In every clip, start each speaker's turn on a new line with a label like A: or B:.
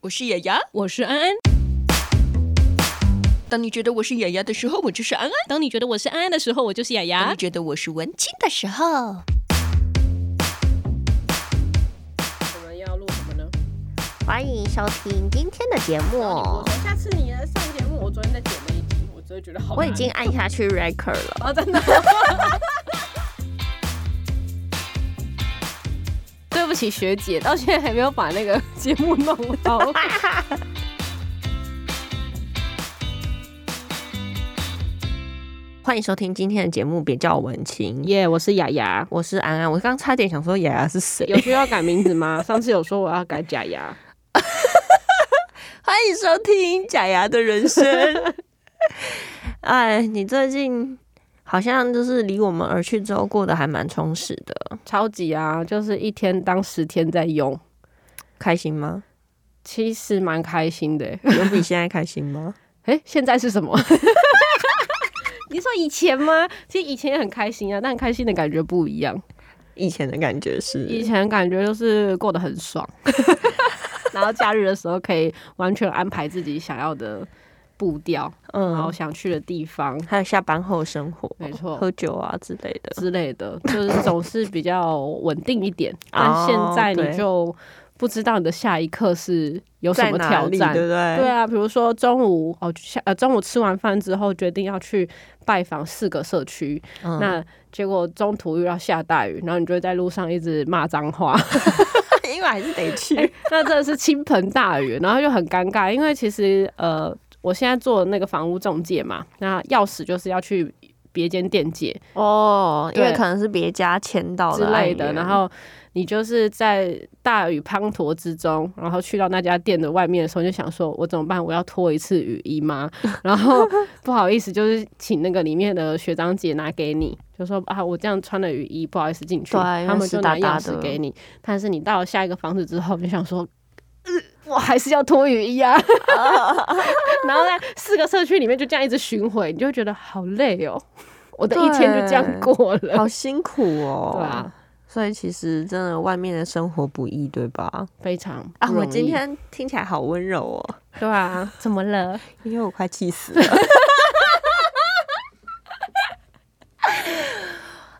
A: 我是雅雅。
B: 我是安安。
A: 当你觉得我是雅雅的时候，我就是安安；
B: 当你觉得我是安安的时候，我就是雅
A: 当
B: 雅
A: 你。觉得我是文青的时候，
C: 我们要录什么呢？
D: 欢迎收听今天的节目。
C: 我说哎下次你来上节目，我昨天在剪那一集，我真的觉得好
D: 我
C: 难。
D: 已经按下去 record 了。
C: 啊，真的。
B: 对不起，学姐，到现在还没有把那个节目弄 好。
D: 欢迎收听今天的节目，别叫我文青。
C: 耶我是雅雅。
D: 我是安安，我刚差点想说雅雅是谁。
C: 有需要改名字吗？ 上次有说我要改假牙，
D: 欢迎收听假牙的人生。 哎，你最近好像就是离我们而去之后过得还蛮充实的，
C: 超级啊，就是一天当十天在用，
D: 开心吗？
C: 其实蛮开心的。
D: 有比现在开 心吗？
C: 哎，现在是什么？ 你说以前吗？其实以前也很开心啊，但开心的感觉不一样。
D: 以前的感觉
C: 以
D: 是，
C: 前感觉就是过得很爽， 然后假日的时候可以完全安排自己想要的步调，然后
D: 嗯，
C: 想去的地方
D: 还有下班后的生活，
C: 没错
D: 喝酒啊之类的。
C: 之类的，就是总是比较稳定一点。但
D: 哦
C: 现在你
D: 对
C: 就不知道你的下一刻是有什
D: 在
C: 么
D: 哪
C: 挑
D: 里
C: 战，
D: 对不对？
C: 对啊，比如说中午哦，下呃中午吃完饭之后，决定要去拜访四个社区，
D: 嗯
C: 那结果中途遇到下大雨，然后你就会在路上一直骂脏话。
D: 因为还是得去。
C: 那真的是倾盆大雨，然后又很尴尬，因为其实呃，我现在做那个房屋中介嘛，那钥匙就是要去别间店借
D: 哦，因为
C: 对
D: 可能是别家签到
C: 之
D: 的啊
C: 类
D: 案
C: 的，
D: 源
C: 然后你就是在大雨滂沱之中，然后去到那家店的外面的时候，就想说我怎么办？我要脱一次雨衣吗？ 然 后不好意思，就是请那个里面的学长姐拿给你。就说啊，我这样穿了雨衣，不好意思进去，
D: 对因为
C: 他们
D: 湿
C: 就拿
D: 哒哒
C: 钥匙
D: 的
C: 给你。但是你到了下一个房子之后，你就想说，呃，我还是要脱雨衣 啊。然后在四个社区里面就这样一直巡回，你就会觉得好累哦。我的一天就这样过了，
D: 好辛苦哦。
C: 对啊，
D: 所以其实真的外面的生活不易，对吧？
C: 非常
D: 啊，
C: 不容
D: 我
C: 易
D: 今天听起来好温柔哦，
C: 对啊，怎么了？
D: 因为我快气死 了。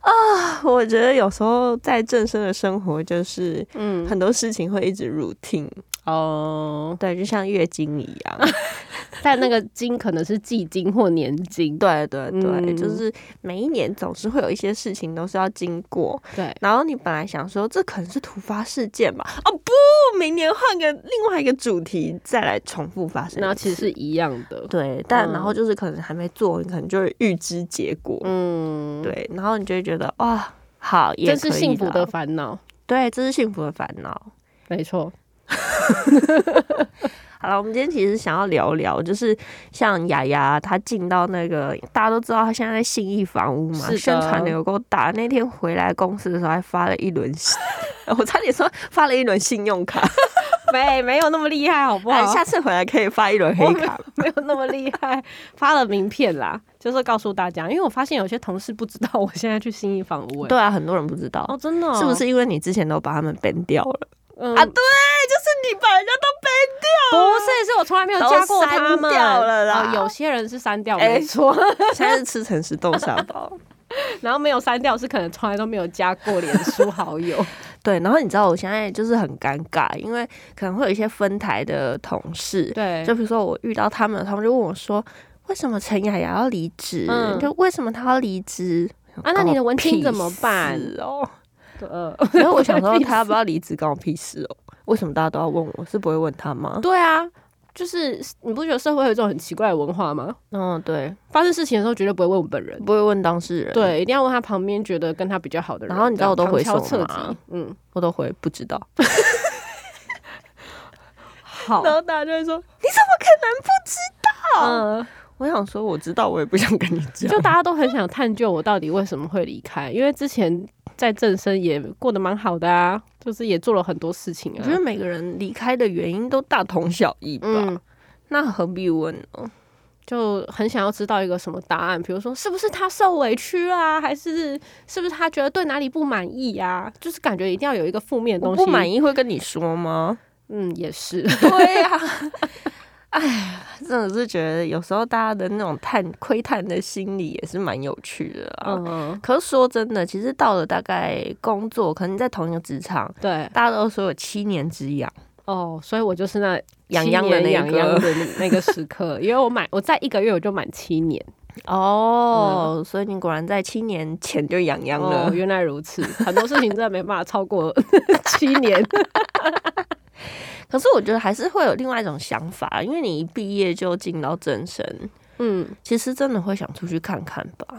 D: 啊，我觉得有时候在正身的生活，就是
C: 嗯，
D: 很多事情会一直 routine，
C: 哦，
D: 对，就像月经一样。
C: 但那个金可能是季经或年经，
D: 对对对，就
C: 嗯
D: 是每一年总是会有一些事情都是要经过，
C: 对，
D: 然后你本来想说这可能是突发事件吧，哦不，明年换个另外一个主题再来重复发生一次。
C: 然后其实是一样的，
D: 对，但
C: 嗯
D: 然后就是可能还没做，你可能就会预知结果，
C: 嗯，，
D: 对，然后你就会觉得哇，好，也
C: 这是
D: 可以
C: 幸福的
D: 啦，
C: 烦恼，
D: 对，这是幸福的烦恼。
C: 没错，
D: 好了，我们今天其实想要聊聊，就是像雅雅她进到那个大家都知道她现在在信义房屋嘛
C: 是，的
D: 宣传的有够大。那天回来公司的时候还发了一轮 信，我差点说发了一轮信用卡，
C: 没没有那么厉害，好不
D: 哎，
C: 好？
D: 下次回来可以发一轮黑
C: 我
D: 卡。
C: 没有那么厉害，发了名片啦，就是告诉大家，因为我发现有些同事不知道我现在去新义房屋、欸，
D: 对啊，很多人不知道，
C: 哦，真的、
D: 是不？是因为你之前都把他们 ban 掉了、
C: 嗯，
D: 嗯啊？对，就是你把人家都
C: 不是，是我从来没有
D: 都
C: 加过他
D: 删
C: 们，
D: 掉了啦
C: 哦有些人是删掉，
D: 哎
C: 没错。
D: ban 掉，现在是吃诚实豆沙包。
C: 然后没有删掉是可能从来都没有加过脸书好友。
D: 对，然后你知道我现在就是很尴尬，因为可能会有一些分台的同事，
C: 对
D: 就比如说我遇到他们，他们就问我说，为什么陈雅雅要离职？
C: 嗯
D: 就为什么她要离职？
C: 啊那你的文青怎么办
D: 关我屁事 哦，
C: 呃，
D: 所以我想说，
C: 屁事
D: 她要不要离职关我屁事哦？为什么大家都要问我？是不会问她吗？
C: 对啊，就是你不觉得社会有一种很奇怪的文化吗？
D: 嗯，对，
C: 发生事情的时候绝对不会问我本人，
D: 不会问当事人。，
C: 对，一定要问他旁边觉得跟他比较好的人。
D: 然后你知道我都回
C: 这样旁
D: 什
C: 敲
D: 么
C: 侧
D: 吗
C: 击，嗯，
D: 我都回不 知道。
C: 好，
D: 后大家就会说，
C: 嗯，
D: 我想说，我知道，我也不想跟你讲。
C: 就大家都很想探究我到底为什么会离开，因为之前在正生也过得蛮好的啊，就是也做了很多事情
D: 我
C: 啊
D: 觉。得每个人离开的原因都大同小异吧，
C: 嗯，
D: 那何必问呢？
C: 就很想要知道一个什么答案，比如说是不是他受委屈啦、还是是不是他觉得对哪里不满意啊？就是感觉一定要有一个负面的
D: 我
C: 东西。
D: 不满
C: 意，
D: 意会跟你说吗？
C: 嗯，也 是，
D: 对呀、 哎，真的是觉得有时候大家的那种探窥探的心理也是蛮有趣的啊。
C: 嗯，
D: 可是说真的，其实到了大概工作，可能在同一个职场，
C: 对，
D: 大家都说有七年之痒，
C: 哦，所以我就是那
D: 痒痒的
C: 七
D: 那
C: 年痒
D: 一
C: 痒
D: 个。
C: 的那个时刻，因为我满我在一个月我就满七年，
D: 哦，所以你果然在七年前就痒痒了。
C: 哦，原来如此，很多事情真的没办法超 过七年，
D: 可是我觉得还是会有另外一种想法，因为你一毕业就进到正身，
C: 嗯，
D: 其实真的会想出去看看吧。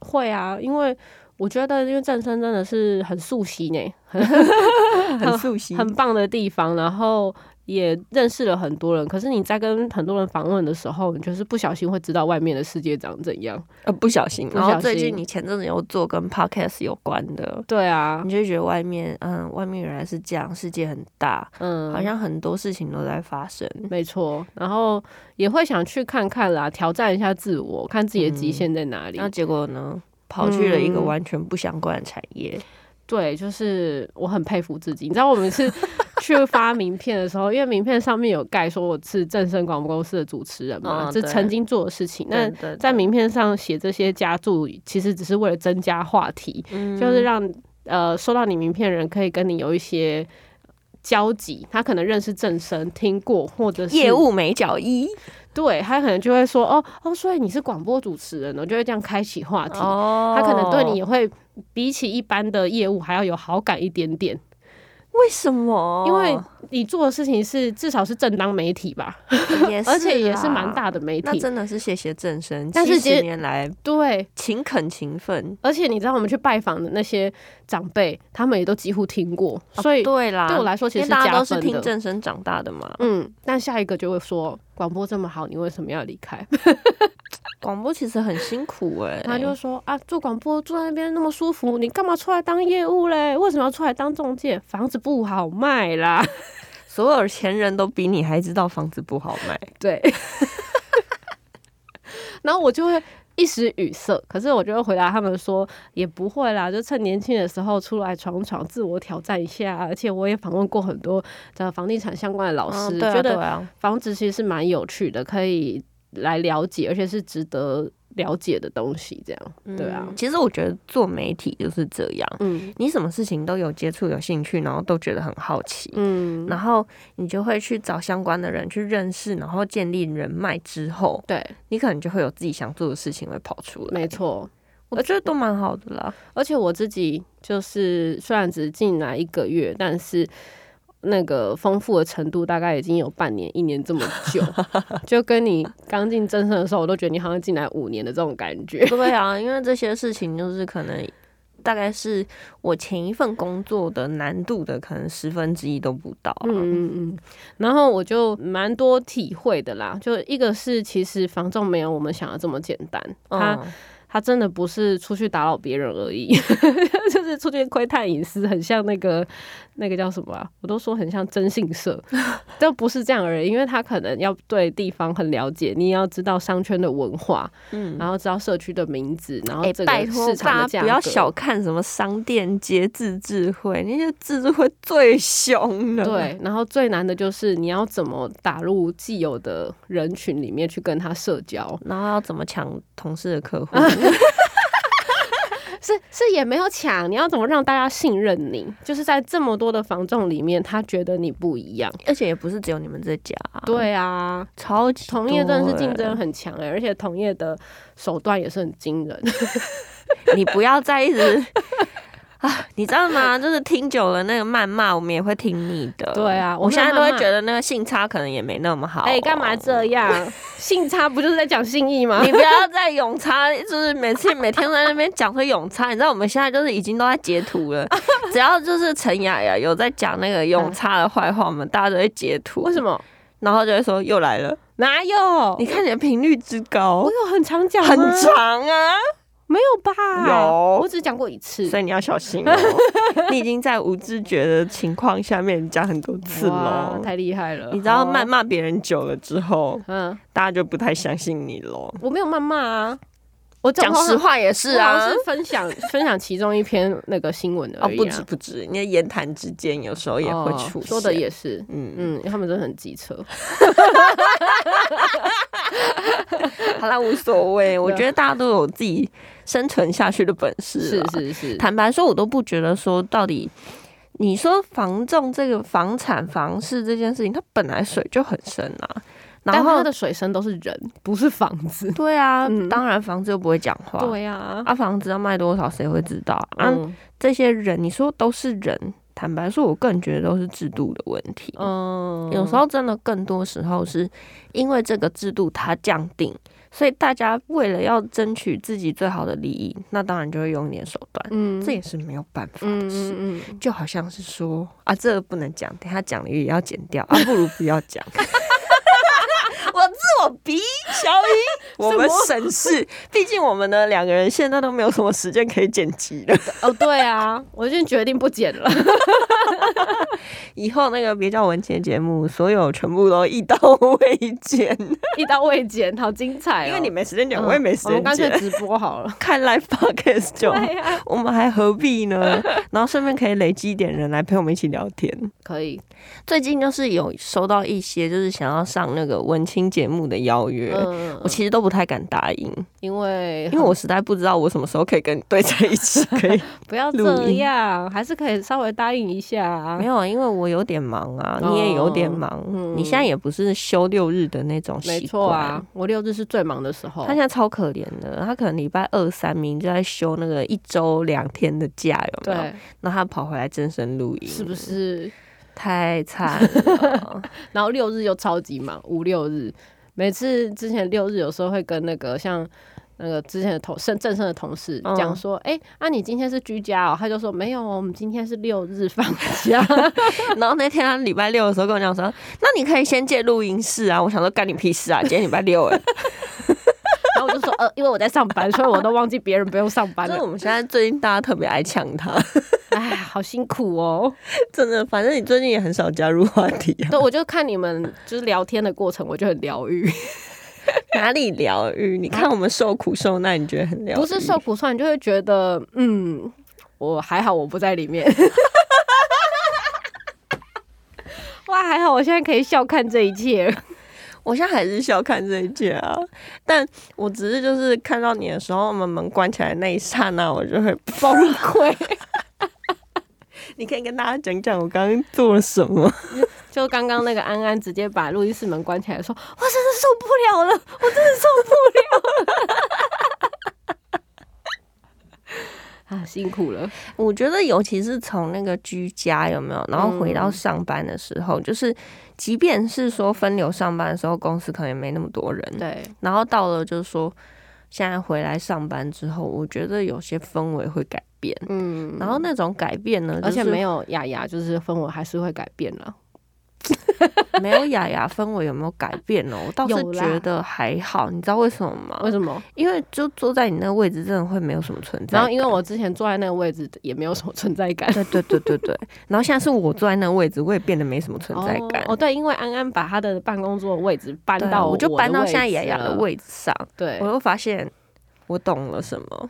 C: 会啊，因为我觉得因为正身真的是很素悉呢，
D: 很熟悉
C: 很棒的地方，然后也认识了很多人。可是你在跟很多人访问的时候，你就是不小心会知道外面的世界长怎样。
D: 呃不小心。
C: 不
D: 然
C: 小心
D: 后最近你前阵子又做跟 podcast 有关的，
C: 对啊
D: 你，就会觉得外面嗯，外面原来是这样，世界很大，
C: 嗯，
D: 好像很多事情都在发生。
C: 没错。然后也会想去看看啦，挑战一下自我，看自己的极限在哪里。
D: 那结果呢？跑去了一个
C: 嗯
D: 完全不相关的产业，
C: 对，就是我很佩服自己。你知道我们是去发名片的时候，因为名片上面有盖说我是正声广播公司的主持人嘛，
D: 嗯
C: 这
D: 对
C: 曾经做的事情。那
D: 对对
C: 在名片上写这些加注，其实只是为了增加话题，
D: 嗯
C: 就是让呃收到你名片的人可以跟你有一些交集，他可能认识正生，听过或者是
D: 业，务美角一
C: 对他可能就会说哦哦，所以你是广播主持人哦，就会这样开启话题。
D: 哦
C: 他可能对你也会比起一般的业务还要有好感一点点，
D: 为什么？
C: 因为你做的事情是至少是正当媒体吧，
D: 呃也是
C: 而且也
D: 啦
C: 是蛮大的媒
D: 那
C: 体，
D: 真的是谢谢正生，
C: 但是其
D: 几
C: 实
D: 年来
C: 对。
D: 勤恳勤奋，
C: 而且你知道我们去拜访的那些长辈，他们也都几乎听过，所以
D: 哦对啦，
C: 对我来说其
D: 因
C: 实
D: 为
C: 是
D: 大家
C: 加
D: 都是
C: 分
D: 听
C: 的。
D: 正生长大的嘛。
C: 嗯，但下一个就会说广播这么好，你为什么要离开？
D: 广播其实很 辛苦哎、
C: 他就说啊，做广播坐在那边那么舒服，你干嘛出来当业务嘞？为什么要出来当中介？房子不好卖啦。
D: 所有前人都比你还知道房子不好卖，
C: 对， 然后我就会一时语塞，可是我就会回答他们说，也不会啦，就趁年轻的时候出来闯闯，自我挑战一下。而且我也访问过很多的房地产相关的老师，
D: 对啊
C: 觉
D: 对
C: 得
D: 啊，
C: 房子其实是蛮有趣的，可以来了解，而且是值得了解的东西。这样，对啊
D: 嗯。其实我觉得做媒体就是这样，
C: 嗯
D: 你什么事情都有接触、有兴趣，然后都觉得很好奇，
C: 嗯，
D: 然后你就会去找相关的人去认识，然后建立人脉之后，
C: 对，
D: 你可能就会有自己想做的事情会跑出来。
C: 没，错。
D: 我觉得都蛮好的啦。
C: 而且我自己就是虽然只进来一个月，但是那个丰富的程度大概已经有半年、一年这么久，就跟你刚进真身的时候，我都觉得你好像进来五年的这种感 觉。
D: 对啊，因为这些事情就是可能大概是我前一份工作的难度的可能十分之一都不到、啊。
C: 嗯嗯嗯，然后我就蛮多体会的啦，就一个是其实防重没有我们想的这么简单，它
D: 嗯
C: 他真的不是出去打扰别人而已， 就是出去窥探隐私，很像那个那个叫什么、啊？我都说很像征信社， 但不是这样而已，因为他可能要对地方很了解，你也要知道商圈的文化，
D: 嗯，
C: 然后知道社区的名字，然后
D: 哎、
C: 这
D: 拜
C: 个
D: 托
C: 市场
D: 大
C: 的
D: 家
C: 价
D: 不
C: 格。
D: 要小看什么商店街、自治会，那些自治会最凶了。
C: 对，然后最难的就是你要怎么打入既有的人群里面去跟他社交，
D: 然后要怎么抢同事的客 户？
C: 是是也没有抢，你要怎么让大家信任你？就是在这么多的房仲里面，他觉得你不一样。
D: 而且也不是只有你们这家、，
C: 对啊，
D: 超级
C: 同业真的是
D: 多欸
C: 竞争很强哎、而且同业的手段也是很惊人。
D: 欸。你不要再一直啊，你知道吗？就是听久了那个谩骂，我们也会听你的。
C: 对啊
D: 我
C: 我
D: 现在
C: 们
D: 都
C: 的
D: 会
C: 谩骂
D: 觉得那个性差可能也没那么好。
C: 哎、干嘛？这样？ 信差不就是在讲信义吗
D: 哦你？不要再永差，就是每次每天在那边讲说永差，你知道我们现在就是已经都在截图了。只要就是陈雅雅有在讲那个永差的坏话，我们大家都会截图。
C: 为什
D: 么？
C: 么？
D: 然后就会说又来了。
C: 哪有？
D: 你看你的频率之高
C: 我，有很常讲吗？
D: 很长啊，
C: 没有吧？
D: 有
C: 我只讲过一次。
D: 所以你要小 心哦。你已经在无知觉的情况下面讲很多次
C: 哇
D: 喽。
C: 太厉害了！
D: 你知道
C: 好
D: 谩骂别人久了之后，
C: 嗯，
D: 大家就不太相信你喽。
C: 我没有谩骂啊，我
D: 讲实，话也是
C: 我好
D: 啊
C: 像，是分享 分享其中一篇那个新闻而
D: 哦，
C: 已、啊
D: 不止不止，你的言谈之间有时候也会
C: 哦
D: 出现。
C: 说的也是，
D: 嗯
C: 嗯，因为他们真的很机车。
D: 好啦，无所谓。我
C: 对啊
D: 觉得大家都有自己生存下去的本事。
C: 是。是是，
D: 坦白说，我都不觉得说到底，你说房仲这个房产、房市这件事情，它本来水就很深啊。然
C: 但
D: 后
C: 它的水深都是人，不是房 子。
D: 对啊，
C: 嗯
D: 当然房子又不会讲话。
C: 呀、啊，
D: 啊，房子要卖多少，谁会知道啊？啊
C: 嗯
D: 这些人，你说都是人，坦白说，我个人觉得都是制度的问题。
C: 嗯
D: 有时候真的更多时候是因为这个制度它降定，所以大家为了要争取自己最好的利益，那当然就会用点手段，
C: 嗯
D: 这也是没有办法的
C: 嗯
D: 事。
C: 嗯嗯，
D: 就好像是说啊，这个不能讲，等一下讲了也要剪掉啊，不如不要讲。我自我鄙夷，小英，我们省事，毕竟我们呢两个人现在都没有什么时间可以剪辑了，
C: 哦对啊，我就决定不剪了。
D: 以后那个别叫文青的节目，所有全部都一刀未剪。
C: 一刀未剪，好精彩、哦！
D: 因为你没时间剪，
C: 嗯
D: 我也没时
C: 我们干
D: 间
C: 脆
D: 剪。。
C: 直播好了
D: 看 live podcast 就好，
C: 对啊呀、
D: 我们还何必呢？然后顺便可以累积一点人来陪我们一起聊天。
C: 可以，
D: 最近就是有收到一些就是想要上那个文青节目的邀约，
C: 嗯，
D: 我其实都不太敢答应，
C: 因为
D: 因为我实在不知道我什么时候可以跟你对在一起。可以
C: 不要
D: 录
C: 这
D: 音
C: 样，还是可以稍微答应一下啊
D: 没。有，因为我有点忙啊，
C: 哦
D: 你也有点忙，
C: 嗯
D: 你现在也不是休六日的那种
C: 没
D: 习
C: 错
D: 惯
C: 啊。，我六日是最忙的时候
D: 他。现在超可怜的，他可能礼拜二、三明就在休那个一周两天的假，有没有？
C: 对，
D: 那他跑回来真身录音，
C: 是不是？
D: 太惨了？
C: 然后六日又超级忙，五六日，每次之前六日有时候会跟那个像那个之前的同正正胜的同事
D: 嗯
C: 讲说，哎、啊你今天是居家哦，他就说没有哦，我们今天是六日放 假，
D: 然后那天他礼拜六的时候跟我讲说：“那你可以先借录音室啊。”我想说干你屁事啊！今天礼拜六 哎、
C: 然后我就说，呃，因为我在上班，所以我都忘记别人不用上班
D: 就是
C: 了
D: 我，们现在最近大家特别爱呛他，
C: 哎，好辛苦哦。
D: 真的。反正你最近也很少加入话题啊，
C: 对，我就看你们就是聊天的过程，我就很疗愈，
D: 哪里疗愈？你看我们受苦受难，你觉得很疗愈？
C: 不是受苦受难，你就会觉得，嗯，我还好，我不在里面。 哇，还好我现在可以笑看这一切。
D: 我现在还是笑看这一切啊，但我只是就是看到你的时候，我们门关起来那一刹那，我就会崩 溃。你可以跟大家讲讲我刚刚做了什么。
C: 就刚刚那个安安直接把录音室门关起来，说：“我真的受不了了，我真的受不了了。” 啊，辛苦了，
D: 我觉得，尤其是从那个居家有没有，然后回到
C: 嗯
D: 上班的时候，就是即便是说分流上班的时候，公司可能也没那么多人，
C: 对，
D: 然后到了就是说现在回来上班之后，我觉得有些氛围会改变，
C: 嗯，
D: 然后那种改变呢，
C: 而且
D: 就是
C: 没有雅雅，就是氛围还是会改变了。
D: 没有雅雅氛围有没有改变呢？我倒是
C: 有啦
D: 觉得还好，你知道为什么吗？
C: 为什么？
D: 因为就坐在你那个位置，真的会没有什么存在。
C: 然后因为。我之前坐在那个位置也没有什么存在感。
D: 对对对对对，然后现在是我坐在那个位置，我也变得没什么存在感。
C: 哦，哦对，因为安安把他的办公桌的位置搬
D: 对啊
C: 到
D: 我就
C: 的
D: 搬到
C: 位
D: 现在
C: 置
D: 雅雅的
C: 了，
D: 位置上，
C: 对
D: 我，又发现我懂了什 么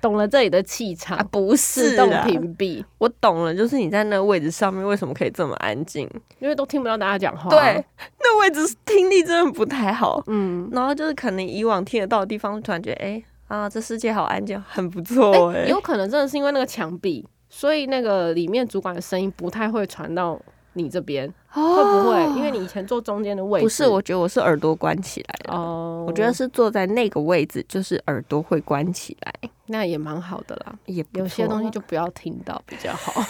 C: 懂了这里的气场，
D: 啊？ 不
C: 自
D: 是
C: 动
D: 啦，
C: 屏蔽，
D: 我懂了，就是你在那个位置上面为什么可以这么安静？
C: 因为都听不到大家讲话。
D: 对，，那位置听力真的不太好，
C: 嗯，
D: 然后就是可能以往听得到的地方，突然觉得哎、啊，这世界好安静，很不错哎、
C: 欸有可能真的是因为那个墙壁，所以那个里面主管的声音不太会传到你这边，会不会？因为你以前坐中间的位置，
D: 哦不是，我觉得我是耳朵关起来了。
C: 哦，
D: 我觉得是坐在那个位置，就是耳朵会关起来，
C: 那也蛮好的啦。
D: 也不
C: 有些
D: 错啊
C: 东西就不要听到比较 好，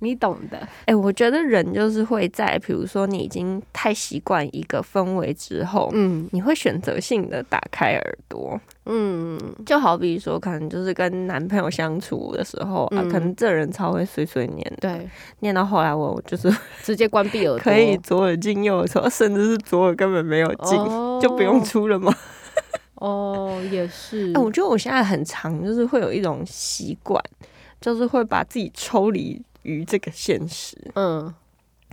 C: 你懂的。
D: 哎、我觉得人就是会在，比如说你已经太习惯一个氛围之后，
C: 嗯
D: 你会选择性的打开耳朵，
C: 嗯，
D: 就好比说，可能就是跟男朋友相处的时候啊，
C: 嗯
D: 可能这人超会碎碎念的，
C: 对，
D: 念到后来我就是
C: 直接关闭耳朵
D: 可以左耳进右耳出，甚至是左耳根本没有进，
C: 哦
D: 就不用出了嘛。
C: 哦，也是。
D: 哎、我觉得我现在很常就是会有一种习惯，就是会把自己抽离于这个现实，
C: 嗯，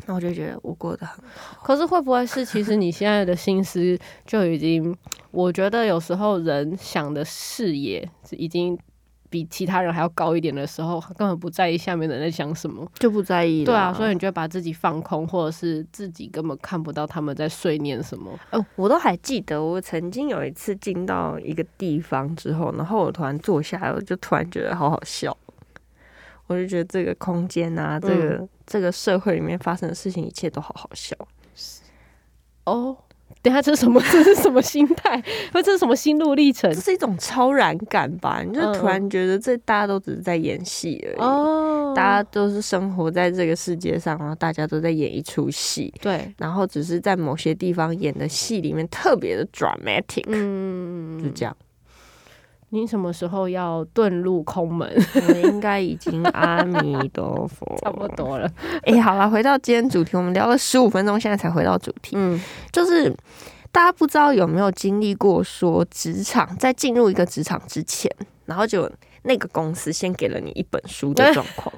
D: 那我就觉得我过得很
C: 可是会不会是其实你现在的心思就已经我觉得有时候人想的视野是已经比其他人还要高一点的时候，根本不在意下面的人在想什么。
B: 就不在意了。
C: 对啊，所
B: 以
C: 以你就会把自己放空，或者是自己根本看不到他们在碎念什么。
D: 哦，我都还记得，我曾经有一次进到一个地方之后，然后我突然坐下来，我就突然觉得好好笑。我就觉得这个空间啊，这个、
C: 嗯
D: 这个社会里面发生的事情，一切都好好笑。
C: 哦，等一下这是什么？这是什么心态？不，这是什么心路历程
D: 这？是一种超然感吧？你就
C: 嗯
D: 突然觉得这大家都只是在演戏而已，
C: 哦
D: 大家都是生活在这个世界上，然后大家都在演一出戏，
C: 对，
D: 然后只是在某些地方演的戏里面特别的 dramatic，、就
C: 嗯，
D: 这样。
C: 你什么时候要遁入空门？，
D: 我们应该已经阿弥陀佛
C: 差不。多了。
D: 哎、好了，回到今天主题，我们聊了十五分钟，现在才回到主题，
C: 嗯，
D: 就是。大家不知道有没有经历过，说职场在进入一个职场之前，然后就那个公司先给了你一本书
C: 哎
D: 的状况。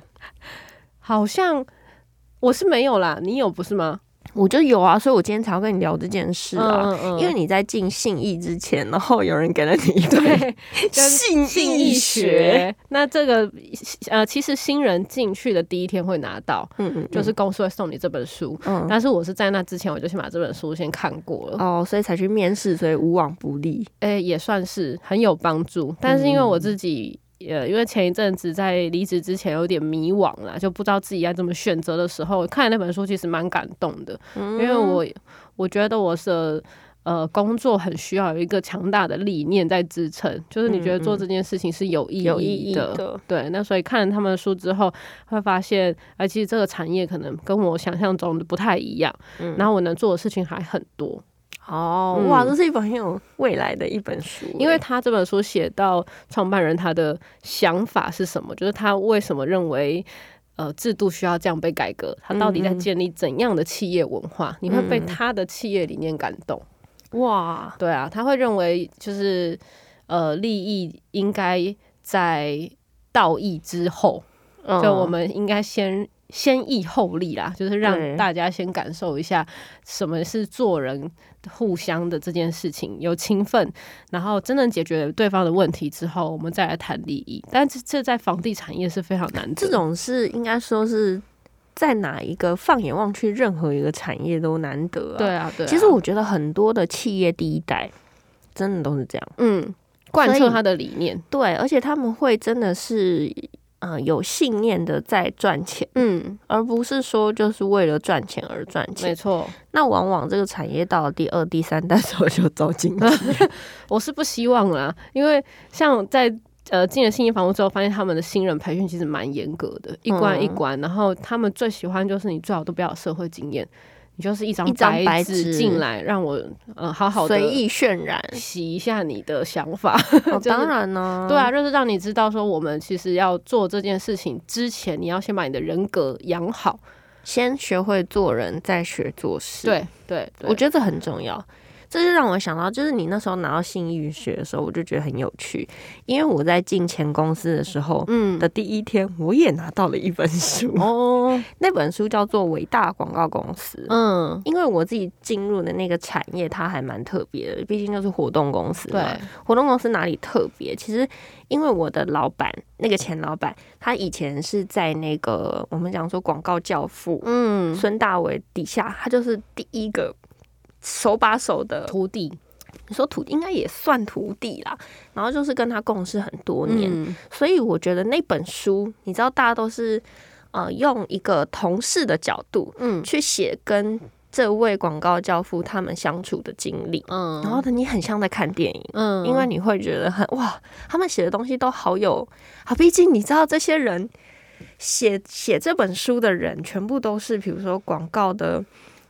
C: 好像我是没有啦，你有不是吗？
D: 我就有啊，所以我今天才要跟你聊这件事啊。
C: 嗯嗯
D: 因为你在进信义之前，然后有人给了你一本
C: 对
D: 信
C: 信
D: 义
C: 义
D: 学，
C: 学，那这个呃，其实新人进去的第一天会拿到，
D: 嗯嗯，
C: 就是公司会送你这本书。
D: 嗯
C: 但是我是在那之前，我就先把这本书先看过了，
D: 哦，所以才去面试，所以无往不利。
C: 诶、也算是很有帮助。但是因为我自己，呃，因为前一阵子在离职之前有点迷惘啦，就不知道自己该怎么选择的时候，看了那本书其实蛮感动的，因为
D: 嗯
C: 我我觉得我是。呃，工作很需要有一个强大的理念在支撑，就是你觉得做这件事情是有意义的，
D: 嗯有意义的
C: 对，那所以看了他们的书之后，会发现，哎、其实这个产业可能跟我想象中的不太一样，
D: 嗯
C: 然后我能做的事情还很多，
D: 哦，
C: 嗯
D: 哇，这是一本很有未来的一本书欸，
C: 因为他这本书写到创办人他的想法是什么，就是他为什么认为。呃，制度需要这样被改革，他到底在
D: 嗯
C: 建立怎样的企业文化？你会被他的企业理念感动。
D: 哇，
C: 对啊，他会认为就是呃，利益应该在道义之后，
D: 嗯
C: 就我们应该先先义后利啦，就是
D: 对
C: 让大家先感受一下什么是做人互相的这件事情，有情分，然后真正解决对方的问题之后，我们再来谈利益。但是这在房地产业是非常难的，
D: 这种是应该说是在哪一个放眼望去，任何一个产业都难得啊。
C: 对啊，对啊
D: 其实我觉得很多的企业第一代真的都是这样。
C: 嗯，贯彻
D: 所以
C: 他的理念，
D: 对，而且他们会真的是呃有信念的在赚钱，
C: 嗯，
D: 而不是说就是为了赚钱而赚
C: 没
D: 钱。
C: 错，
D: 那往往这个产业到了第二、第三代的时候就遭经 济
C: 我是不希望啦，因为像在。呃，进了新业房屋之后，发现他们的新人培训其实蛮严格的，一关一
D: 嗯
C: 关。然后他们最喜欢就是你最好都不要有社会经验，你就是一张
D: 一张白纸
C: 纸进来，让我呃好好的
D: 随意渲 染。
C: 洗一下你的想法。
D: 哦，
C: 就是
D: 当然呢、
C: 对啊，就是让你知道说，我们其实要做这件事情之前，你要先把你的人格养好。
D: 先学会做人，再学做事。，
C: 对对对，
D: 我觉得这很重要。这就让我想到，就是你那时候拿到信义学的时候，我就觉得很有趣，因为我在进前公司的时候
C: 嗯
D: 的第一天，我也拿到了一本书，
C: 哦
D: 那本书叫做《伟大广告公司》。
C: 嗯
D: 因为我自己进入的那个产业，它还蛮特别的，毕竟就是活动公司
C: 对
D: 嘛。活动公司哪里特别？其实因为我的老板，那个前老板，他以前是在那个我们讲说广告教父、
C: 嗯
D: 孙大伟底下，他就是第一个手把手的。
C: 徒弟
D: 你说徒应该也算徒弟啦，然后就是跟他共事很多年，
C: 嗯
D: 所以我觉得那本书，你知道，大家都是呃用一个同事的角度，
C: 嗯
D: 去写跟这位广告教父他们相处的经历，
C: 嗯，
D: 然后你很像在看电影。
C: 嗯
D: 因为你会觉得很哇，他们写的东西都好有好，毕竟你知道这些人写写这本书的人，全部都是比如说广告的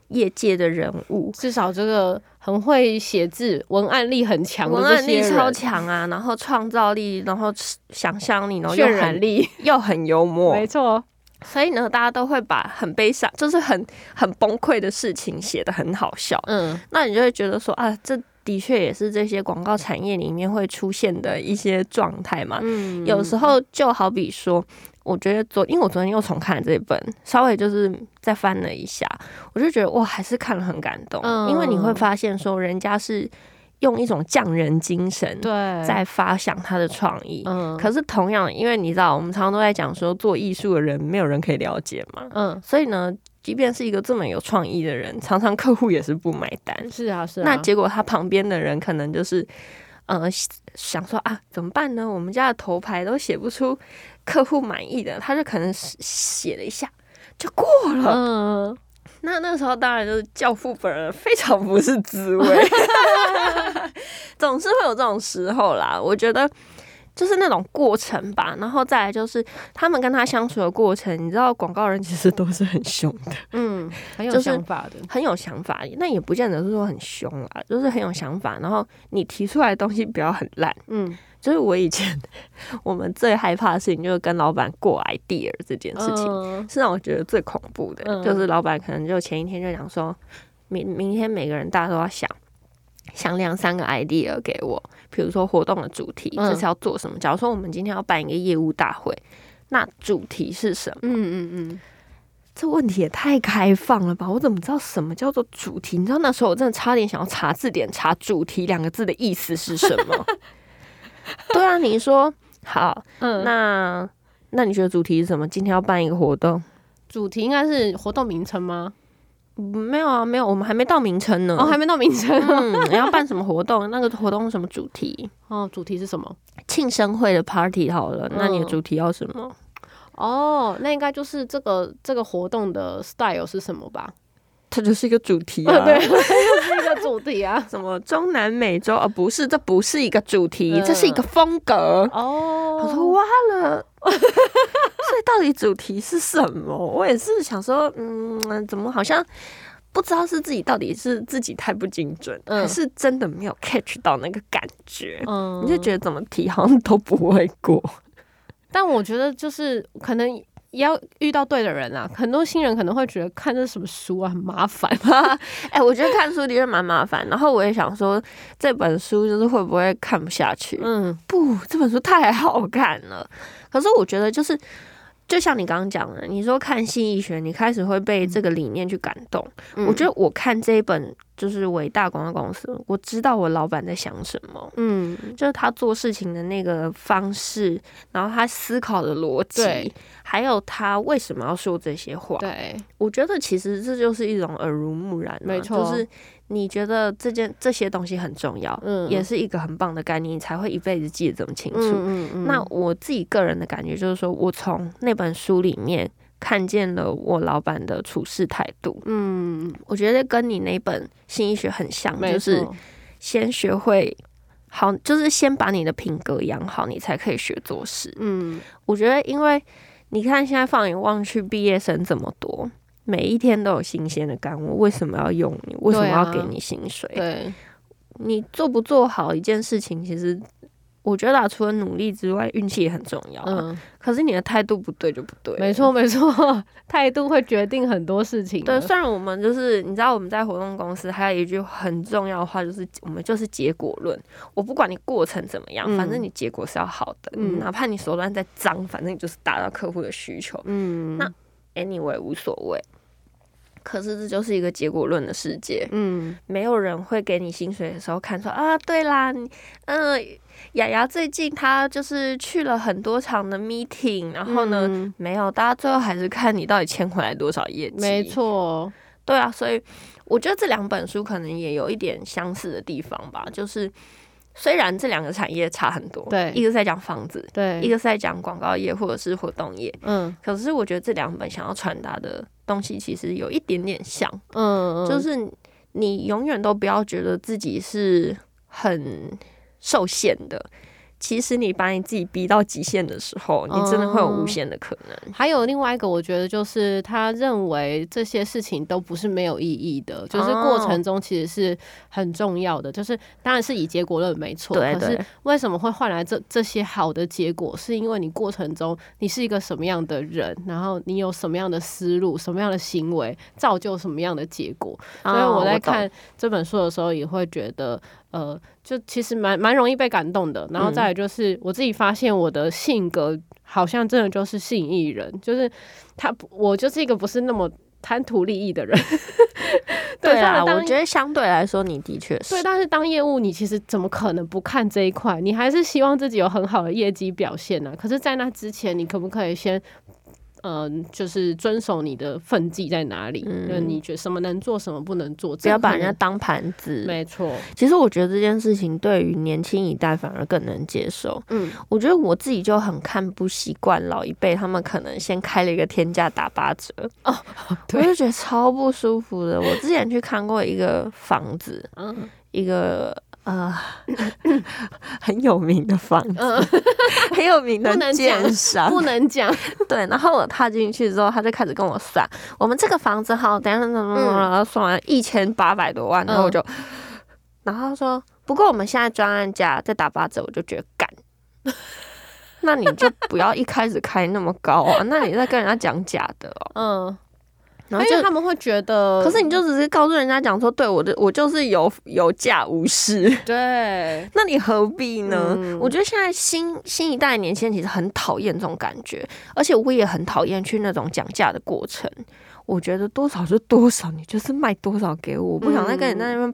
D: 业界的人物，
C: 至少这个很会写字、文案力很强的
D: 文
C: 这
D: 案
C: 些
D: 力
C: 人，
D: 超强啊，然后创造力，然后想象力，然后又
C: 渲染
D: 很
C: 力，
D: 又很幽默，
C: 没错，
D: 所以呢，大家都会把很悲伤，就是很很崩溃的事情写得很好笑。
C: 嗯，
D: 那你就会觉得说啊，这的确也是这些广告产业里面会出现的一些状态嘛。
C: 嗯
D: 有时候就好比说，我觉得昨因为我昨天又重看了这本，稍微就是再翻了一下，我就觉得哇，还是看了很感动，
C: 嗯
D: 因为你会发现说人家是。用一种匠人精神
C: 对，
D: 在发想他的创意。
C: 嗯
D: 可是同样，因为你知道，我们常常都在讲说，做艺术的人没有人可以了解嘛，
C: 嗯，
D: 所以呢，即便是一个这么有创意的人，常常客户也是不买单。
C: 是啊是啊，
D: 那结果他旁边的人可能就是，呃，想说啊，怎么办呢？我们家的头牌都写不出客户满意的，他就可能写写了一下就过了。
C: 嗯，
D: 那那时候当然就是教父本人非常不是滋味， 总是会有这种时候啦。我觉得就是那种过程吧，然后再来就是他们跟他相处的过程。你知道广告人其实都是很凶的，
C: 嗯，很有
D: 就是
C: 想法的，
D: 很有想法，那也不见得是说很凶啦，就是很有想法。然后你提出来的东西不要很烂。
C: 嗯，
D: 就是我以前我们最害怕的事情就是跟老板过 idea 这件事情。
C: 嗯
D: 是让我觉得最恐怖的，
C: 嗯
D: 就是老板可能就前一天就讲说，明明天每个人大家都要想想两三个 idea 给我，比如说活动的主题，
C: 嗯
D: 这次要做什么？假如说我们今天要办一个业务大会，那主题是什么？
C: 嗯嗯
D: 这问题也太开放了吧！我怎么知道什么叫做主题？你知道那时候我真的差点想要查字典，查“主题”两个字的意思是什么？ 对啊，你说好，
C: 嗯，那
D: 那那你觉得主题是什么？今天要办一个活动。
C: 主题应该是活动名称吗？
D: 嗯没有啊，没有，我们还没到名称呢。
C: 哦，还没到名称
D: 嗯， 你要办什么活动？那个活动是什么主题？
C: 哦，主题是什么？
D: 庆生会的 party 好了，那你的
C: 嗯
D: 主题要什么？
C: 哦，那应该就是这个这个活动的 style 是什么 吧？
D: 它就是一个主题
C: 啊
D: 啊。
C: 对，就是一个主题啊。
D: 什么中南美洲？啊，不是，这不是一个主题，
C: 嗯
D: 这是一个风格。
C: 哦，
D: 我说哇了，所以到底主题是什么？我也是想说，嗯，怎么好像不知道是自己到底是自己太不精准，
C: 嗯
D: 还是真的没有 catch 到那个感觉？
C: 嗯
D: 你就觉得怎么提好像都不会过。
C: 但我觉得就是可能也要遇到对的人啊。很多新人可能会觉得看这是什么书啊，很麻烦。
D: 哎、我觉得看书的确蛮麻烦，然后我也想说这本书就是会不会看不下去？
C: 嗯
D: 不，这本书太好看了。可是我觉得就是，就像你刚刚讲的，你说看心意学，你开始会被这个理念去感动。
C: 嗯
D: 我觉得我看这一本就是《伟大广告公司》，我知道我老板在想什么，
C: 嗯，
D: 就是他做事情的那个方式，然后他思考的逻辑
C: 对，
D: 还有他为什么要说这些话。
C: 对，
D: 我觉得其实这就是一种耳濡目染、啊，
C: 没错
D: 就是你觉得这件这些东西很重要，
C: 嗯
D: 也是一个很棒的概念，你才会一辈子记得这么清楚。
C: 嗯嗯
D: 那我自己个人的感觉就是说，我从那本书里面看见了我老板的处事态度，
C: 嗯，
D: 我觉得跟你那本心意学很像，
C: 没
D: 就是
C: 错
D: 先学会。好，就是先把你的品格养好，你才可以学做事。
C: 嗯
D: 我觉得，因为你看现在放眼望去，毕业生这么多，每一天都有新鲜的干物，为什么要用你？为什么要给你薪水？
C: 啊对，
D: 你做不做好一件事情，其实我觉得、啊、除了努力之外，运气也很重要、嗯，
C: 嗯，
D: 可是你的态度不对就不对，
C: 没。错没错， 态度会决定很多事情
D: 对，
C: 的。
D: 虽然我们就是你知道我们在活动公司还有一句很重要的话，就是我们就是结果论。我不管你过程怎么样，
C: 嗯
D: 反正你结果是要好的，
C: 嗯
D: 哪怕你手段再脏，反正你就是达到客户的需求。
C: 嗯
D: 那 anyway 无所谓。可是这就是一个结果论的世界，
C: 嗯，
D: 没有人会给你薪水的时候看说啊，对啦，你嗯、雅雅最近她就是去了很多场的 meeting，然后呢，
C: 嗯
D: 没有，大家最后还是看你到底签回来多少业绩。
C: 没，错，
D: 对啊，所以我觉得这两本书可能也有一点相似的地方吧，就是虽然这两个产业差很多，
C: 对
D: 一个在讲房子，
C: 对，
D: 一个是在讲广告业或者是活动业，
C: 嗯
D: 可是我觉得这两本想要传达的东西其实有一点点像，
C: 嗯，嗯
D: 就是你永远都不要觉得自己是很受限的。其实你把你自己逼到极限的时候，你真的会有无
C: 嗯
D: 限的可能。
C: 还有另外一个，我觉得就是他认为这些事情都不是没有意义的，就是过
D: 哦
C: 程中其实是很重要的。就是当然是以结果论没错，
D: 对
C: 可
D: 对
C: 是为什么会换来这这些好的结果？是因为你过程中你是一个什么样的人，然后你有什么样的思路、什么样的行为，造就什么样的结果。所以
D: 啊
C: 我在
D: 懂
C: 看这本书的时候，也会觉得，呃，就其实蛮蛮容易被感动的。然
D: 嗯
C: 后再来就是我自己发现我的性格好像真的就是性艺人，就是他不我就是一个不是那么贪图利益的人。
D: 对
C: 当
D: 啊，
C: 然
D: 我
C: 当
D: 觉得相对来说，你的确是
C: 对，但是当业务，你其实怎么可能不看这一块？你还是希望自己有很好的业绩表现呢、可是，在那之前，你可不可以先，嗯、就是遵守你的分际在哪里？
D: 嗯
C: 就是你觉得什么能做，什么不能做，
D: 不要
C: 这可
D: 把
C: 能
D: 人家当盘子。
C: 没错，
D: 其实我觉得这件事情对于年轻一代反而更能接受。
C: 嗯，
D: 我觉得我自己就很看不习惯老一辈，他们可能先开了一个天价打八折，哦， 我
C: 对
D: 就觉得超不舒服的。我之前去看过一个房子，
C: 嗯，
D: 一个 呃很有名的房子， 很有名 的
C: 不能讲
D: 建商，
C: 嗯 不能讲，
D: 对，然后我踏进去之后，他就开始跟我算，我们这个房子哈，等一下怎么怎
C: 嗯
D: 么怎么，然后算完一千八百多万，然后我就，然后他说，不过我们现在专案价再打八折，我就觉得干。那你就不要一开始开那么高啊！那你在跟人家讲假的哦、
C: 嗯，因
D: 然后就
C: 为他们会觉得，
D: 可是你就只是告诉人家讲说，对我的我就是有有价无市，
C: 对，
D: 那你何必呢？
C: 嗯
D: 我觉得现在新新一代的年轻人其实很讨厌这种感觉，而且我也很讨厌去那种讲价的过程。我觉得多少就多少，你就是卖多少给我，我不想再跟你在那
C: 嗯
D: 边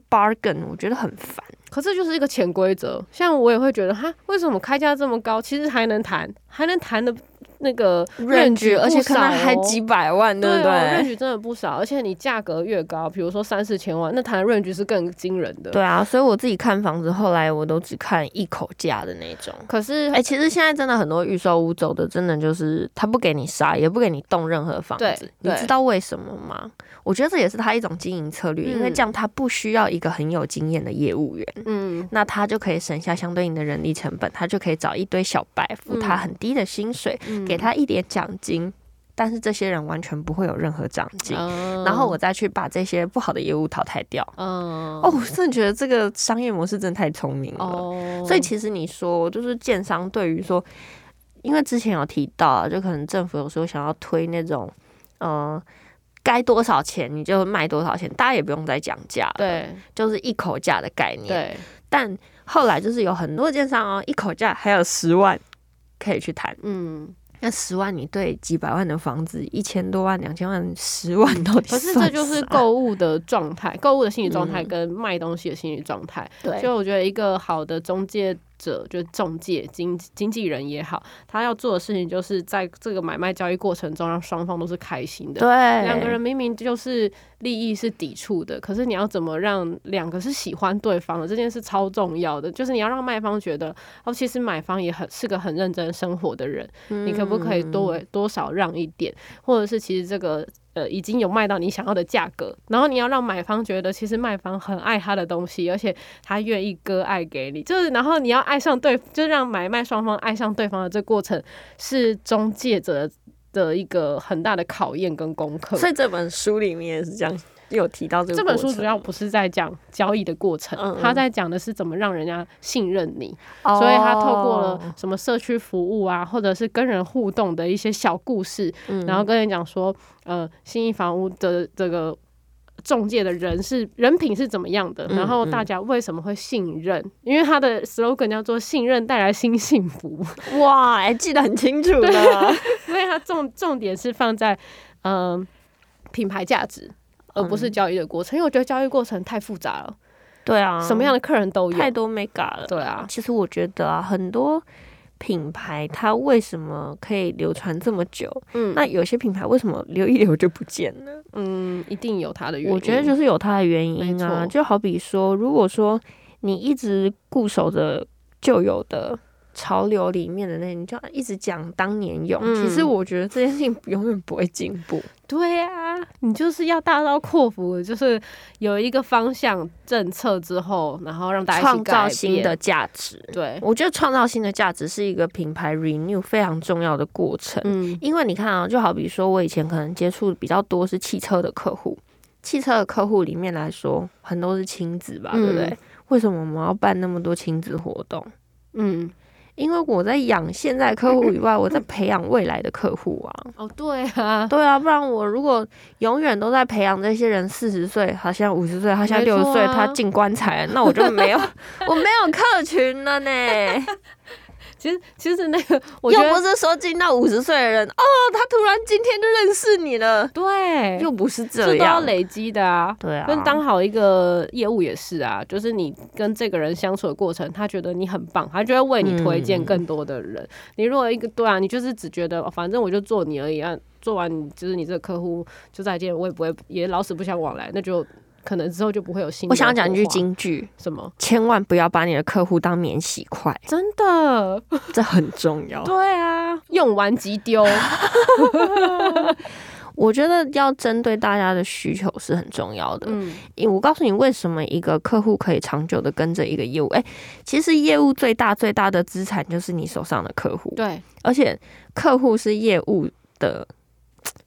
D: bargain，我觉得很烦。
C: 可是就是一个潜规则，像我也会觉得，哈，为什么开价这么高？其实还能谈，还能谈的那个 range
D: 而且
C: 不
D: 可能
C: 少
D: 还
C: 哦
D: 几百万，对不
C: 对啊
D: 对？
C: ？range 真的不少，而且你价格越高，比如说三四千万，那谈的 range 是更惊人的。
D: 对，啊，所以我自己看房子，后来我都只看一口价的那 种。
C: 可是、
D: 哎、其实现在真的很多预售屋走的，真的就是他不给你杀，也不给你动任何房子
C: 对。
D: 你
C: 对
D: 知道为什么吗？我觉得这也是他一种经营策略，因为
C: 嗯
D: 这样他不需要一个很有经验的业务员，
C: 嗯，
D: 那他就可以省下相对应的人力成本，他就可以找一堆小白付他
C: 嗯
D: 很低的薪水，
C: 嗯
D: 给他一点奖金，但是这些人完全不会有任何奖金。
C: 嗯
D: 然后我再去把这些不好的业务淘汰掉。
C: 嗯
D: 哦，我真的觉得这个商业模式真的太聪明了。
C: 哦，
D: 所以其实你说，就是建商对于说，因为之前有提到啊，就可能政府有时候想要推那种，呃，该多少钱你就卖多少钱，大家也不用再讲价，，
C: 对
D: 就是一口价的概念。，
C: 对，
D: 但后来就是有很多建商哦，一口价还有十万可以去谈，
C: 嗯，
D: 那十万你对几百万的房子，一千多万、两千万、十万到底
C: 嗯可是
D: 算
C: 这就是
D: 啥
C: 购物的状态，购物的心理状态
D: 嗯
C: 跟卖东西的心理状态。
D: 对
C: 就我觉得一个好的中介者，就是中介经经纪人也好，他要做的事情就是在这个买卖交易过程中，让双方都是开心的。
D: 对
C: 两个人明明就是利益是抵触的，可是你要怎么让两个是喜欢对方的这件事超重要的，就是你要让卖方觉得哦，其实买方也很是个很认真生活的人，你可不
D: 嗯
C: 可以多为多少让一点，或者是其实这个。呃，已经有卖到你想要的价格，然后你要让买方觉得其实卖方很爱他的东西，而且他愿意割爱给你，就是然后你要爱上对，就是让买卖双方爱上对方的这过程是中介者的一个很大的考验跟功课。
D: 所以这本书里面也是这样有提到这个
C: 这本
D: 过
C: 书
D: 程
C: 主要不是在讲交易的过程
D: 嗯嗯，
C: 他在讲的是怎么让人家信任你，所以他透过
D: 哦
C: 了什么社区服务啊，或者是跟人互动的一些小故事，
D: 嗯
C: 然后跟人讲说，呃，新意房屋的这个。中介的人是人品是怎么样的，
D: 嗯
C: 然后大家为什么会信任？因为他的 slogan 叫做“信任带来新幸福”，
D: 哇，哎、记得很清楚的。
C: 所以它重重点是放在嗯、品牌价值，而不
D: 嗯
C: 是交易的过程。因为我觉得交易过程太复杂了，
D: 对啊
C: 什么样的客人都有。
D: 太多 mega 了。
C: 对啊，
D: 其实我觉得啊，很多品牌它为什么可以流传这么久？
C: 嗯
D: 那有些品牌为什么留一留就不见了？
C: 嗯，一定有它的原因。
D: 我觉得就是有它的原因啊。
C: 没错
D: 就好比说，如果说你一直固守着旧有的。潮流里面的那，你就一直讲当年勇。
C: 嗯
D: 其实我觉得这件事情永远不会进步。
C: 对啊，你就是要大刀阔斧，就是有一个方向政策之后，然后让大家一起
D: 创造
C: 改
D: 新
C: 变
D: 的。价值。
C: 对，
D: 我觉得创造新的价值是一个品牌 renew 非常重要的过程，
C: 嗯
D: 因为你看啊，就好比说我以前可能接触比较多是汽车的客户，汽车的客户里面来说，很多是亲子吧，
C: 嗯
D: 对不对？为什么我们要办那么多亲子活动？
C: 嗯，
D: 因为我在养现在客户以外，我在培养未来的客户啊。
C: 哦对嗯啊，
D: 对啊，不然我如果永远都在培养这些人，四十岁，他现在五十岁，他现在
C: 没
D: 六
C: 错
D: 十岁，
C: 啊
D: 他进棺材了，那我就没有，我没有客群了呢。
C: 其实其实那个我觉
D: 又不
C: 得
D: 是说进到五十岁的人哦，他突然今天就认识你了，
C: 对，
D: 又不是这
C: 这都要
D: 样。
C: 累积的啊。
D: 对啊，
C: 跟当好一个业务也是啊，就是你跟这个人相处的过程，他觉得你很棒，他就会为你推荐
D: 嗯
C: 更多的人。你如果一个对啊，你就是只觉得、哦反正我就做你而已啊，做完你就是你这个客户就再见，我也不会也老死不相往来，那就可能之后就不会有新的
D: 我想讲一句
C: 火花
D: 金句：
C: 什么？
D: 千万不要把你的客户当免洗筷，
C: 真的，
D: 这很重要。
C: 对啊，哦用完即 丢，
D: 我觉得要针对大家的需求是很重要的。
C: 嗯，
D: 因为我告诉你，为什么一个客户可以长久的跟着一个业务？哎、其实业务最大最大的资产就是你手上的客户，
C: 对，
D: 而且客户是业务的，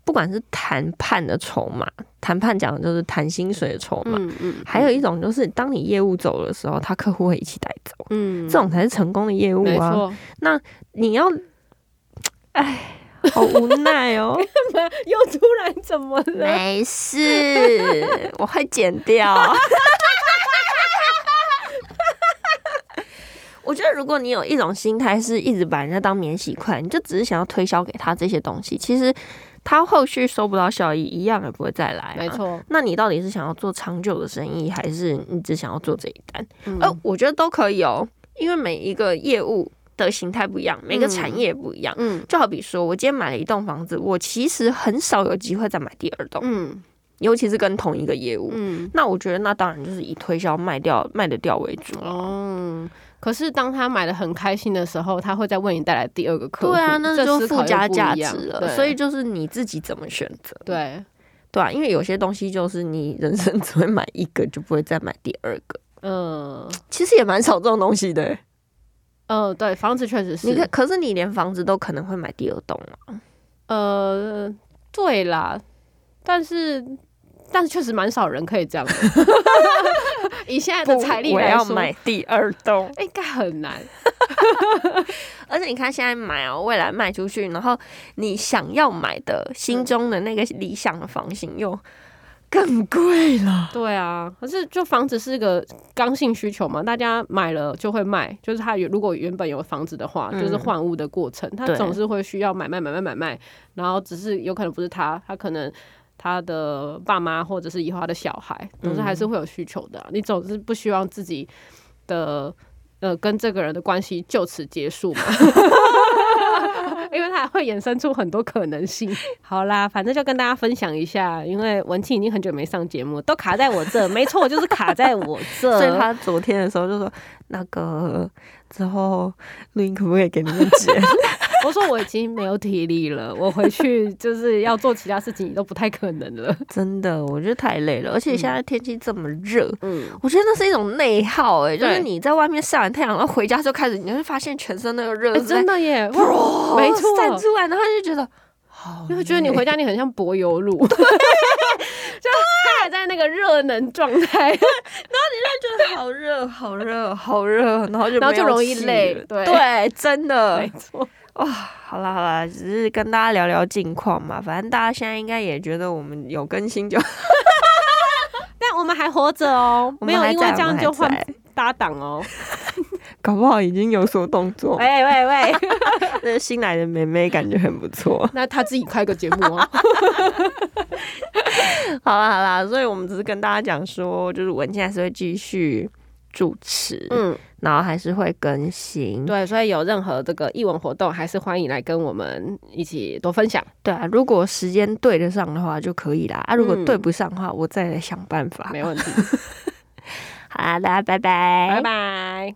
D: 不管是谈判的筹码，谈判讲的就是谈薪水的筹码。
C: 嗯嗯，
D: 还有一种就是，当你业务走的时候，他客户会一起带走，
C: 嗯
D: 这种才是成功的业务
C: 没
D: 啊！
C: 错，
D: 你要，哎，好无奈哦。
C: 又突然怎么了？
D: 没事，我会剪掉。 我觉得，如果你有一种心态是一直把人家当免洗筷，你就只是想要推销给他这些东西，其实他后续收不到效益，一样也不会再来、啊
C: 没。错，
D: 那你到底是想要做长久的生意，还是你只想要做这一单？
C: 嗯
D: 呃，我觉得都可以哦，因为每一个业务的形态不一样，每个产业不一样。
C: 嗯
D: 就好比说，我今天买了一栋房子，我其实很少有机会再买第二栋，
C: 嗯
D: 尤其是跟同一个业务。
C: 嗯，
D: 那我觉得，那当然就是以推销卖掉卖得掉为主。
C: 哦。可是当他买的很开心的时候，他会再为你带来第二个客户，
D: 对啊，那
C: 这
D: 就
C: 思考
D: 附加
C: 又不一
D: 价
C: 样
D: 值了。
C: 对
D: 所以就是你自己怎么选择，
C: 对，
D: 对啊，因为有些东西就是你人生 只会买一个，就不会再买第二个。
C: 嗯
D: 其实也蛮少这种东西的、欸
C: 呃，对，房子确实是，
D: 你可可是你连房子都可能会买第二栋啊。
C: 呃，对啦，但是但是确实蛮少人可以这样的， 以现在的财力
D: 我
C: 来
D: 要
C: 说，
D: 买第二栋。
C: 应该很难，
D: 而且你看现在买哦，未来卖出去，然后你想要买的心中的那个理想的房型又更贵了。
C: 对啊，可是就房子是个刚性需求嘛，大家买了就会卖，就是他如果原本有房子的话，
D: 嗯
C: 就是换屋的过程，他
D: 对
C: 总是会需要买卖买卖买卖，然后只是有可能不是他，他可能他的爸妈或者是以后他的小孩，总是还
D: 嗯
C: 是会有需求的啊、你总是不希望自己的呃跟这个人的关系就此结束 嘛。因为它会衍生出很多可能性。好啦，反正就跟大家分享一下，因为文庆已经很久没上节目，都卡在我这，没错，就是卡在我这。
D: 所以他昨天的时候就说：“那个之后录音可不可以给你们 剪
C: 我说我已经没有体力了，我回去就是要做其他事情，都不太可能了。？”
D: 真的，我觉得太累了，而且现在天气这么热。
C: 嗯，
D: 我觉得那是一种内耗哎、就是
C: 对
D: 你在外面晒完太阳，然后回家就开始，你就会发现全身那个热、
C: 哎真
D: 的，
C: 的耶，哇没错，
D: 散出来，然后就觉 得好累，
C: 因为觉得你回家你很像柏油路， 就他还在那个热能状态。
D: 觉得好热，好热，好热，然后就
C: 然后就
D: 没有
C: 容易
D: 气
C: 累
D: 了
C: 对
D: 对，真的
C: 没错，
D: 好啦好啦，只是跟大家聊聊近况嘛，反正大家现在应该也觉得我们有更新就，
C: 但我们还活着哦，
D: 我
C: 没有
D: 们还
C: 因为
D: 在
C: 这
D: 我
C: 样
D: 们
C: 就
D: 还
C: 换
D: 在
C: 搭档哦。
D: 搞不好已经有所动作。
C: 喂喂喂，
D: 那新来的妹妹感觉很不错。
C: 那他自己开个节目哦。
D: 好啦好啦，所以我们只是跟大家讲说，就是文倩还是会继续主持，
C: 嗯，
D: 然后还是会更新。
C: 对，所以有任何这个译文活动，还是欢迎来跟我们一起多分享。
D: 对啊，如果时间对得上的话就可以啦，啊，如果
C: 嗯
D: 对不上的话，我再来想办法。
C: 没问题，
D: 好啦，大家拜拜，
C: 拜拜。